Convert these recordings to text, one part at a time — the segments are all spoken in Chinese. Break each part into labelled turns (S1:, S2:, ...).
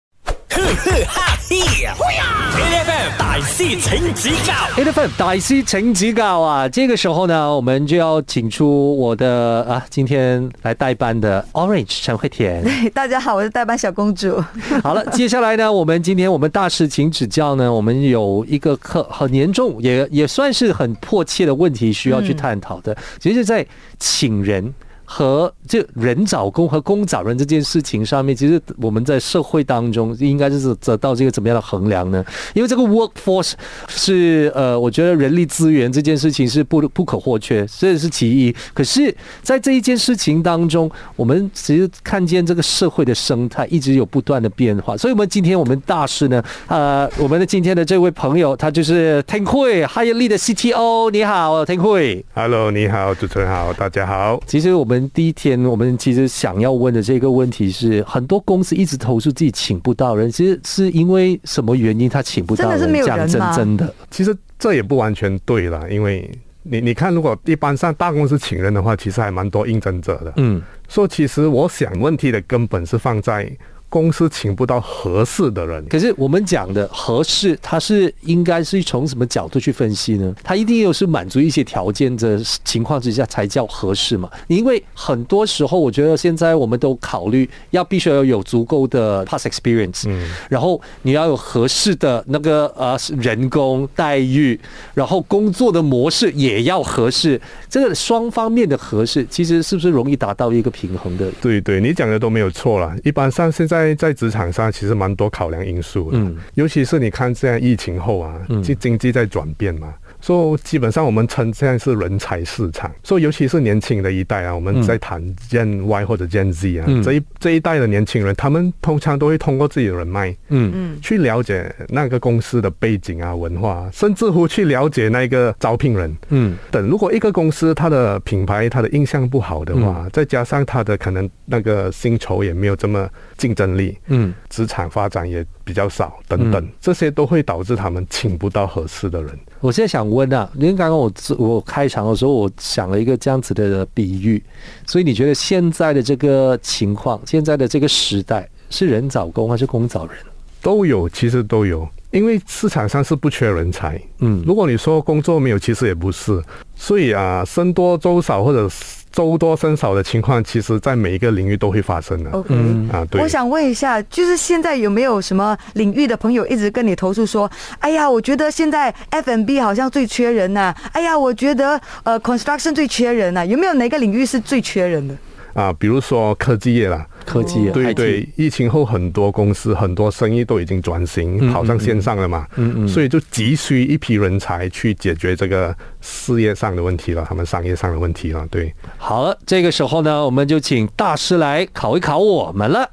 S1: 哈嘿！AFM 大师请指教
S2: A F M 大师请指教啊！这个时候呢，我们就要请出我的啊，今天来代班的 Orange 陈慧甜。
S3: 哎大家好，我是代班小公主。
S2: 好了，接下来呢，我们今天我们大师请指教呢，我们有一个课很严重，也也算是很迫切的问题需要去探讨的，其实，在请人。和这人找工和工找人这件事情上面，其实我们在社会当中应该是得到这个怎么样的衡量呢？因为这个 workforce 是呃，我觉得人力资源这件事情是不不可或缺，这是其一。可是，在这一件事情当中，我们其实看见这个社会的生态一直有不断的变化，所以我们今天我们大师呢，呃，我们的今天的这位朋友，他就是天慧哈耶利的 CTO，你好，天慧。
S4: Hello，你好，主持人好，大家好。
S2: 其实我们第一天，我们其实想要问的这个问题是，很多公司一直投诉自己请不到人，其实是因为什么原因他请不到人？
S3: 真的是没有人
S2: 讲真
S3: 吗
S2: 真的，
S4: 其实这也不完全对啦，因为你你看，如果一般上大公司请人的话，其实还蛮多应征者的。
S2: 嗯，
S4: 所以其实我想问题的根本是放在公司请不到合适的人。
S2: 可是我们讲的合适，它是应该是从什么角度去分析呢？它一定又是满足一些条件的情况之下才叫合适嘛？因为很多时候，我觉得现在我们都考虑要必须要有足够的 past experience，嗯，然后你要有合适的那个呃人工待遇，然后工作的模式也要合适，这个双方面的合适，其实是不是容易达到一个平衡的？
S4: 对对，你讲的都没有错啦。一般上现在在职场上其实蛮多考量因素的，
S2: 嗯
S4: 尤其是你看现在疫情后啊，经经济在转变嘛。所以基本上我们称现在是人才市场，所以尤其是年轻的一代啊，我们在谈 Gen Y 或者 Gen Z 啊，
S2: 嗯
S4: 这一这一代的年轻人，他们通常都会通过自己的人脉，
S2: 嗯
S4: 去了解那个公司的背景啊、文化啊，甚至乎去了解那个招聘人
S2: 嗯
S4: 等。如果一个公司它的品牌、它的印象不好的话，
S2: 嗯
S4: 再加上它的可能那个薪酬也没有这么竞争力，
S2: 嗯，
S4: 职场发展也比较少等等，这些都会导致他们请不到合适的人。
S2: 我现在想问啊，因为刚刚我自我开场的时候，我想了一个这样子的比喻，所以你觉得现在的这个情况，现在的这个时代，是人找工还是工找人？
S4: 都有，其实都有，因为市场上是不缺人才。
S2: 嗯
S4: 如果你说工作没有，其实也不是。所以啊，僧多粥少或者粥多僧少的情况，其实在每一个领域都会发生的。
S3: OK，、
S2: 嗯
S4: 啊，对
S3: 我，想问一下，就是现在有没有什么领域的朋友一直跟你投诉说，哎呀，我觉得现在 F&B 好像最缺人呐、哎呀，我觉得呃 construction 最缺人呐、有没有哪个领域是最缺人的？
S4: 啊，比如说科技业啦，
S2: 科技、啊，
S4: 对
S2: IT
S4: 对，疫情后很多公司很多生意都已经转
S2: 嗯
S4: 型，跑上线上了嘛，所以就急需一批人才去解决这个事业上的问题了，他们商业上的问题了，对。
S2: 好了，这个时候呢，我们就请大师来考一考我们了。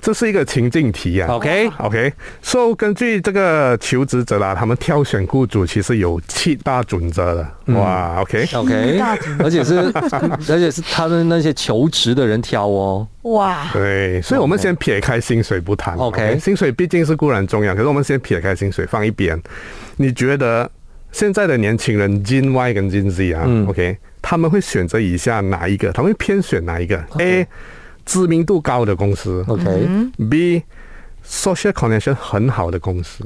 S4: 这是一个情境题啊。
S2: OK
S4: OK，so, 根据这个求职者啦，他们挑选雇主其实有七大准则的。
S2: 嗯
S4: 哇，OK，
S2: OK，
S3: 大准
S2: 而且是 而且是他们那些求职的人挑哦。
S3: 哇，
S4: 对，所以我们先撇开薪水不谈。
S2: OK
S4: 薪水毕竟是固然重要，可是我们先撇开薪水放一边。你觉得现在的年轻人 Gen Y 跟 Gen Z 啊、
S2: 嗯
S4: o k 他们会选择以下哪一个？他们会偏选哪一个 a 知名度高的公司嗯
S2: OK，social、
S4: b social connection 很好的公司。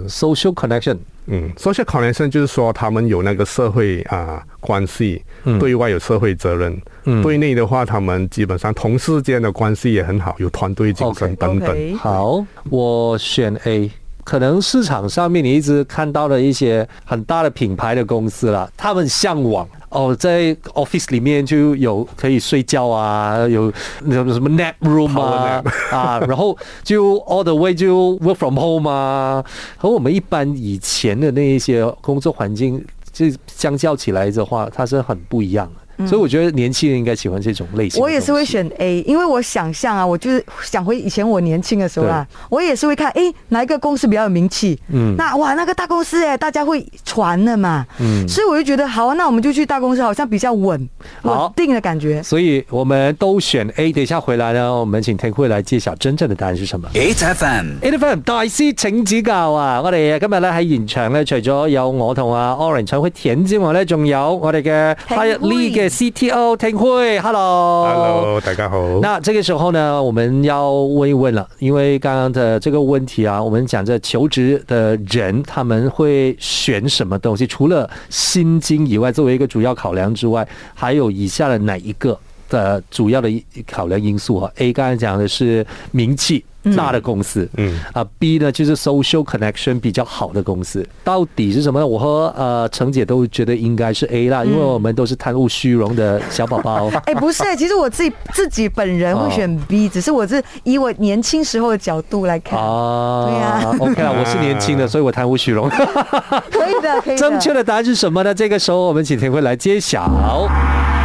S2: connection，
S4: 嗯，social connection 就是说他们有那个社会啊、关系，对外有社会责任，对内的话，他们基本上同事间的关系也很好，有团队精神
S2: OK
S4: 等等。
S3: OK
S2: 好，我选 A。可能市场上面你一直看到的一些很大的品牌的公司啦，他们向往哦，在 office 里面就有可以睡觉啊，有那种什么 nap room 啊啊，然后就 all the way 就 work from home 啊，和我们一般以前的那一些工作环境，就相较起来的话，它是很不一样的。所以我觉得年轻人应该喜欢这种类型的东西。
S3: 嗯我也是会选 A，因为我想象啊，我就是想回以前我年轻的时候啦，我也是会看，诶，哪一个公司比较有名气？嗯，那哇，那个大公司哎、大家会传的嘛，嗯，所以我就觉得好啊，那我们就去大公司，好像比较稳
S2: 好
S3: 稳定的感觉。
S2: 所以我们都选 A。等一下回来呢，我们请天慧来揭晓真正的答案是什么。
S1: ，HFM。
S2: A F M 大師請指教啊！我哋今日咧喺現場咧，除咗有我同阿 Orange 唱開甜之外咧，仲有我哋嘅 h
S3: 聽
S2: i a t Lee 嘅 CTO 田慧 h e l l o
S4: Hello，大家好。
S2: 那这个时候呢，我们要问一问了，因为刚刚的这个问题啊，我们讲这求职的人他们会选什么东西？除了薪金以外，作为一个主要考量之外，还有以下的哪一个的主要的一考量因素啊？A 刚才讲的是名气。大的公司，
S4: 嗯
S2: 啊，B 呢就是 social connection 比较好的公司，到底是什么呢？我和呃程姐都觉得应该是 A
S4: 嗯
S2: 啦，因为我们都是贪慕虚荣的小宝宝。
S3: 哎、不是、其实我自己自己本人
S2: 哦
S3: 会选 B，、只是我是以我年轻时候的角度来看，
S2: 啊，
S3: 对啊
S2: OK 了，我是年轻的，所以我贪污虚荣。
S3: 可以的，可以的。
S2: 正确的答案是什么呢？这个时候我们请田慧来揭晓。
S3: 哎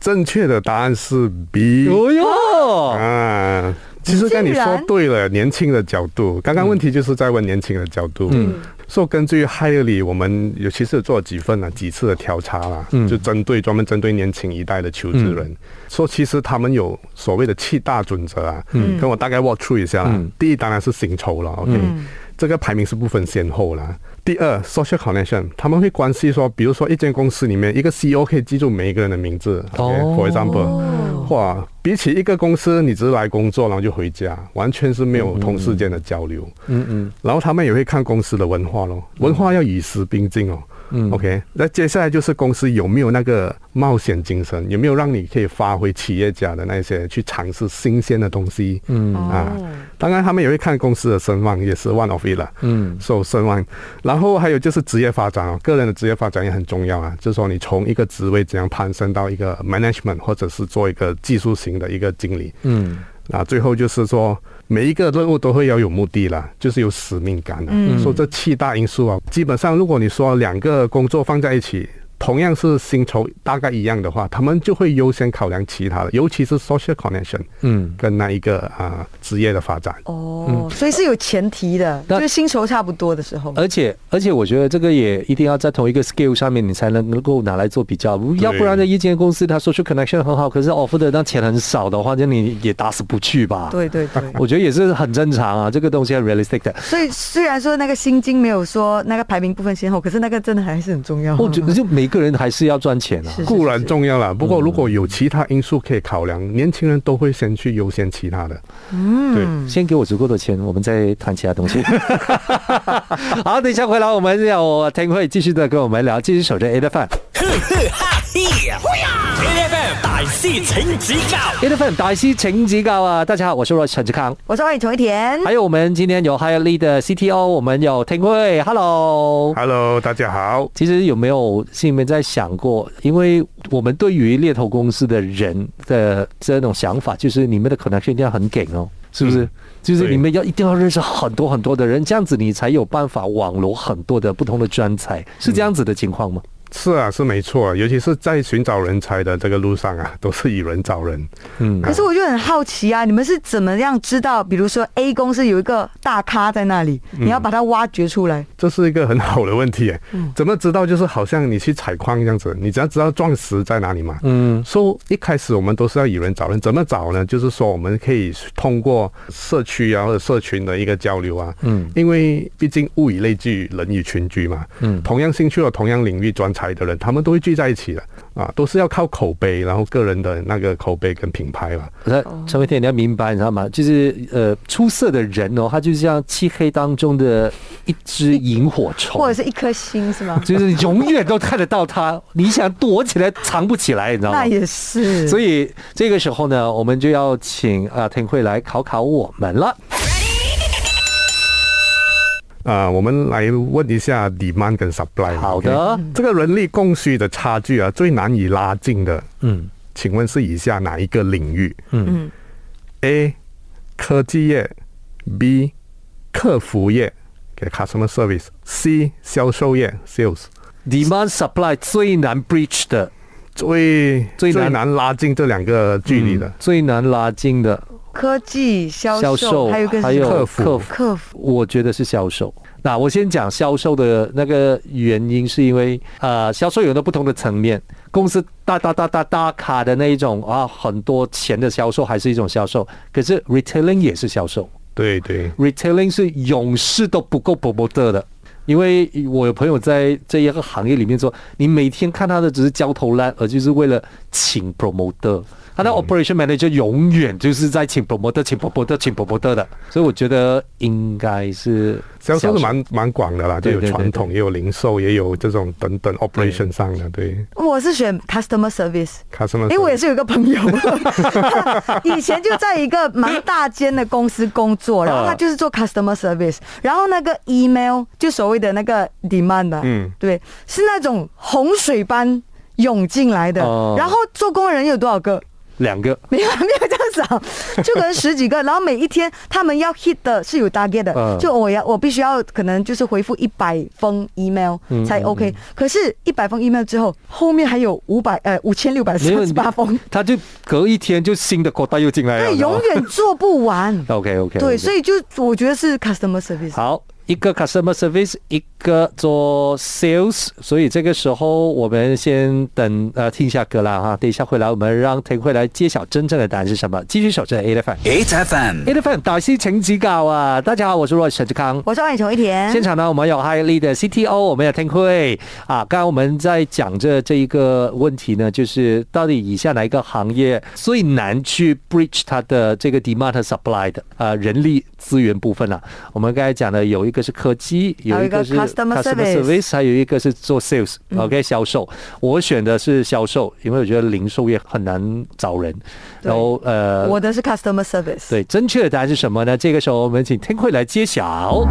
S4: 正确的答案是 B。
S2: 哦哟，
S4: 啊，其实跟你
S3: 竟
S4: 说
S3: 然
S4: 对了，年轻的角度，刚刚问题就是在问年轻的角度。嗯，说根据 Hire 里，我们尤其是做几份啊几次的调查啦，就针对专门针对年轻一代的求职人，说其实他们有所谓的七大准则啊，嗯，跟我大概 walk through 一下啦。第一当然是薪酬了，OK，、这个排名是不分先后啦。第二，social connection，他们会关系说，比如说一间公司里面，一个 CEO 可以记住每一个人的名字
S2: 哦
S4: ，OK，for、example，哇，比起一个公司，你只是来工作然后就回家，完全是没有同事间的交流。
S2: 嗯嗯，
S4: 然后他们也会看公司的文化咯，文化要与时并进哦。
S2: 嗯
S4: OK，那接下来就是公司有没有那个冒险精神，有没有让你可以发挥企业家的那些去尝试新鲜的东西。嗯
S3: 哦
S4: 啊，当然他们也会看公司的声望，也是 one of it 了。
S2: 嗯
S4: 受声望，然后还有就是职业发展哦，个人的职业发展也很重要啊。就是说你从一个职位怎样攀升到一个 management，或者是做一个技术型的一个经理。
S2: 嗯
S4: 那最后就是说，每一个任务都会要有目的啦，就是有使命感的。嗯，说这七大因素啊，基本上如果你说两个工作放在一起，同样是薪酬大概一样的话，他们就会优先考量其他的，尤其是 social connection
S2: 嗯。
S4: 跟那一个啊、职业的发展。
S3: 哦，所以是有前提的，
S2: 那
S3: 就是薪酬差不多的时候。
S2: 而且而且，我觉得这个也一定要在同一个 scale 上面，你才能够拿来做比较。要不然呢，一间公司它说出 connection 很好，可是 offer 的那钱很少的话，那你也打死不去吧？，
S3: 对对 对，
S2: 我觉得也是很正常啊，这个东西很 realistic 的。
S3: 所以虽然说那个薪金没有说那个排名不分先后，可是那个真的还是很重要。
S2: 我觉得就每个人还是要赚钱啊。
S3: 是
S4: 固然重要啦，不过如果有其他因素可以考量，年轻人都会先去优先其他的。嗯，
S2: 先给我足够的钱，我们再谈其他东西。 好，等一下回来，我们有听会继续的跟我们聊，继续守着 A 的饭。
S1: A F M 大师请指教
S2: A 的饭大师请指教啊！大家好，我是 Roy 陈志康，
S3: 我是欢迎陈一田，
S2: 还有我们今天有 h i g h l e 的 CTO，我们有听会，Hello。
S4: Hello，大家好。
S2: 其实有没有心里面在想过？因为我们对于猎头公司的人的这种想法，就是你们的 connection 一定要很紧哦，是不是？就是
S4: 对
S2: 你们要一定要认识很多很多的人，这样子你才有办法网罗很多的不同的专才，是这样子的情况吗？
S4: 是啊，是没错，尤其是在寻找人才的这个路上啊，都是以人找人。
S2: 嗯
S3: 可是我就很好奇啊，你们是怎么样知道，比如说 A 公司有一个大咖在那里，你要把它挖掘出来？
S4: 这是一个很好的问题耶，
S3: 嗯
S4: 怎么知道？就是好像你去采矿这样子，你只要知道钻石在哪里嘛。
S2: 嗯
S4: 所以一开始我们都是要以人找人，怎么找呢？就是说我们可以通过社区啊或者社群的一个交流啊，
S2: 嗯
S4: 因为毕竟物以类聚，人以群居嘛。
S2: 嗯
S4: 同样兴趣和同样领域专才的人，他们都会聚在一起的啊，都是要靠口碑，然后个人的那个口碑跟品牌了。
S2: 那呃陈伟天，你要明白，你知道吗？就是呃，出色的人哦，他就像漆黑当中的一只萤火虫，
S3: 或者是一颗星是吗？
S2: 就是永远都看得到他，你想躲起来藏不起来，你知道吗
S3: 那？也是，
S2: 所
S3: 以
S2: 以这个时候呢，我们就要请啊、呃、田慧来考考我们了。
S4: 啊，我们来问一下 demand 跟 supply 吧。
S2: 好的
S4: OK？这个人力供需的差距啊，最难以拉近的，
S2: 嗯
S4: 请问是以下哪一个领域
S2: 嗯
S3: 嗯，
S4: ？A. 科技业，B. 客服业，给 customer service，C. 销售业 sales。
S2: ，demand supply 最难 breach 的，
S4: 最
S2: 最难
S4: 难拉近这两个距离的
S2: 嗯，最难拉近的
S3: 科技销
S2: 销售，
S3: 还有一个是
S2: 还有
S3: 什么
S4: 客服
S2: 客服，
S3: 客服，
S2: 我觉得是销售。那我先讲销售的那个原因，是因为呃，销售有的不同的层面，公司大大大大大卡的那一种啊，很多钱的销售还是一种销售，可是 retailing 也是销售。
S4: 对对。
S2: retailing 是永世都不够 promoter 的。因为我有朋友在这一个行业里面说，你每天看他的只是焦头烂额，就是为了请 promoter。他
S4: 嗯
S2: 的 operation manager 永远就是在请 promoter、请 promoter、请 promoter 的，所以我觉得应该是
S4: 销售是蛮蛮广的啦，就
S2: 对
S4: 有
S2: 对对
S4: 传统，也有零售，也有这种等等 operation 上的，对
S3: 我是选 customer service。
S4: ，customer。
S3: 因为我也是有一个朋 友，他以前就在一个蛮大间的公司工作，然后
S2: 啊
S3: 他就是做 customer service，然后那个 email 就所谓的那个 demand 嘛，
S4: 嗯
S3: 对，是那种洪水般涌进来的
S2: 哦，
S3: 然后做工的人有多少个？
S2: 两个。
S3: 没有啊没有这样 少，就可能十几个，然后每一天他们要 hit 的是有 target 的，
S2: 嗯
S3: 就我要我必须要可能就是回复一百封 email
S2: 嗯
S3: 才
S2: 嗯
S3: OK，、可是，一百封 email 之后，后面还有五百呃五千六百
S2: 没有哎
S3: 三 十八封，
S2: 他就隔一天就新的 quota 又进来了，。
S3: 对，哎永远做不完
S2: OK OK，
S3: 对，所
S2: 以
S3: 以就我觉得是 customer service。
S2: 好。一个 customer service，一个做 sales，所以这个时候我们先等呃听一下歌啦哈，等一下回来我们让腾慧来揭晓真正的答案是什么。继续守着 A 的范
S1: ，H F M，
S2: ，A 的范大师请指教啊！大家好，我是 Roy 沈志康。
S3: 我是万琼一田，
S2: 现场呢，我们有 High Lead 的 CTO，我们有 t a n k u i 啊。刚刚我们在讲这这一个问题呢，就是到底以下哪一个行业最难去 breach 它的这个 demand 和 supply 的啊、呃人力资源部分啊？我们刚才讲的有一个是科技，有一个是
S3: 还有一个 customer service 嗯
S2: service，还有一个是做 sales，OK、销售。我选的是销售，因为我觉得零售业很难找人。然后呃，
S3: 我的是 customer service。
S2: 对，正确的答案是什么呢？这个时候我们请 t a n k u i 来揭晓。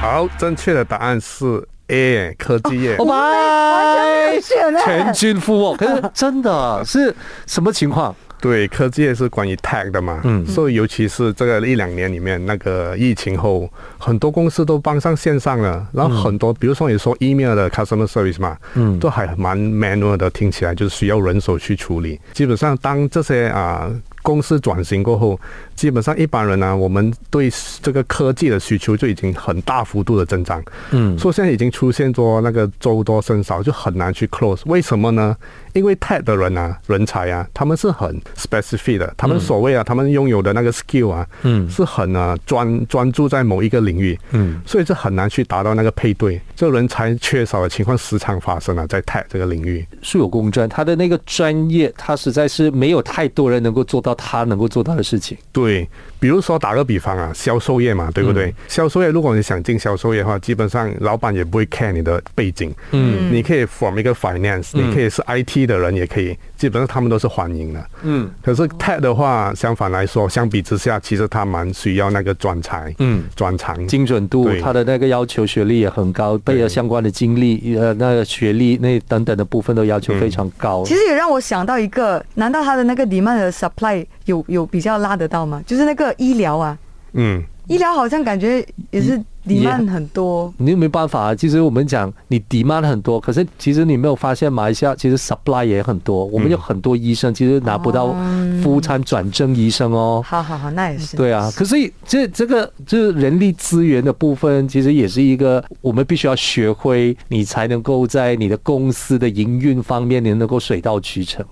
S4: 好，正确的答案是 A 科技业。
S2: 拜拜
S3: 完。全没有选
S2: 全
S3: 欸
S2: 军覆没。可是真的是什么情况？
S4: 对，科技也是关于 tech 的嘛，嗯，所以尤其是这个一两年里面，那个疫情后，很多公司都搬上线上了，然后很多，比如说你说 email 的 customer service 嘛，嗯，都还蛮 manual 的，听起来就是需要人手去处理。基本上，当这些啊。公司转型过后，基本上一般人呢、啊我们对这个科技的需求就已经很大幅度的增长。
S2: 嗯
S4: 所以现在已经出现说那个周多生少，就很难去 close。为什么呢？因为 TED 的人啊，人才啊，他们是很 specific 的，他们所谓啊，他们拥有的那个 skill 啊，
S2: 嗯
S4: 是很啊专专注在某一个领域，
S2: 嗯，
S4: 所以这很难去达到那个配对，这人才缺少的情况时常发生啊，在 TED 这个领域。
S2: 术有公专，他的那个专业，他实在是没有太多人能够做到他能够做到的事情。
S4: 对，比如说打个比方啊，销售业嘛，对不对？销售业，如果你想进销售业的话，基本上老板也不会 care 你的背景，嗯，你可以 from 一个 finance，、你可以是 IT 的人，也可以，基本上他们都是欢迎的。
S2: 嗯
S4: 可是 TED 的话，相反来说，相比之下，其实他蛮需要那个专才，
S2: 嗯，
S4: 专长。
S2: 精准度，
S4: 对
S2: 他的那个要求学历也很高，背了相关的经历，呃，那个学历那等等的部分都要求非常高。
S3: 其实也让我想到一个，难道他的那个 demand 的 supply 有有比较拉得到吗？就是那个医疗啊，
S4: 嗯，
S3: 医疗好像感觉也是
S2: 嗯也
S3: demand 很多。
S2: 你又没办法啊。其实我们讲你 demand 很多，可是其实你没有发现马来西亚其实 supply 也很多，我们有很多医生其实拿不到
S3: 嗯
S2: full time 转正医生哦。
S3: 好好好，那也是。
S2: 对啊，可是这这个就是人力资源的部分，其实也是一个我们必须要学会，你才能够在你的公司的营运方面，你能够水到渠成。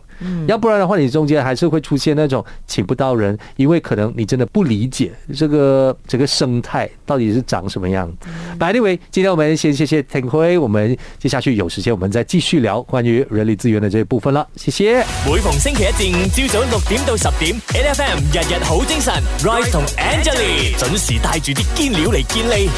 S2: 要不然的话，你中间还是会出现那种请不到人，因为可能你真的不理解这个这个生态到底是长什么样。By the way，今天我们先谢谢腾辉，我们接下去有时间我们再继续聊关于人力资源的这一部分了，谢谢。
S1: 每逢星期一至五朝早六點到十點，N F M 日日好精神，Rise 同 Angelie 準時帶住啲堅料嚟健利。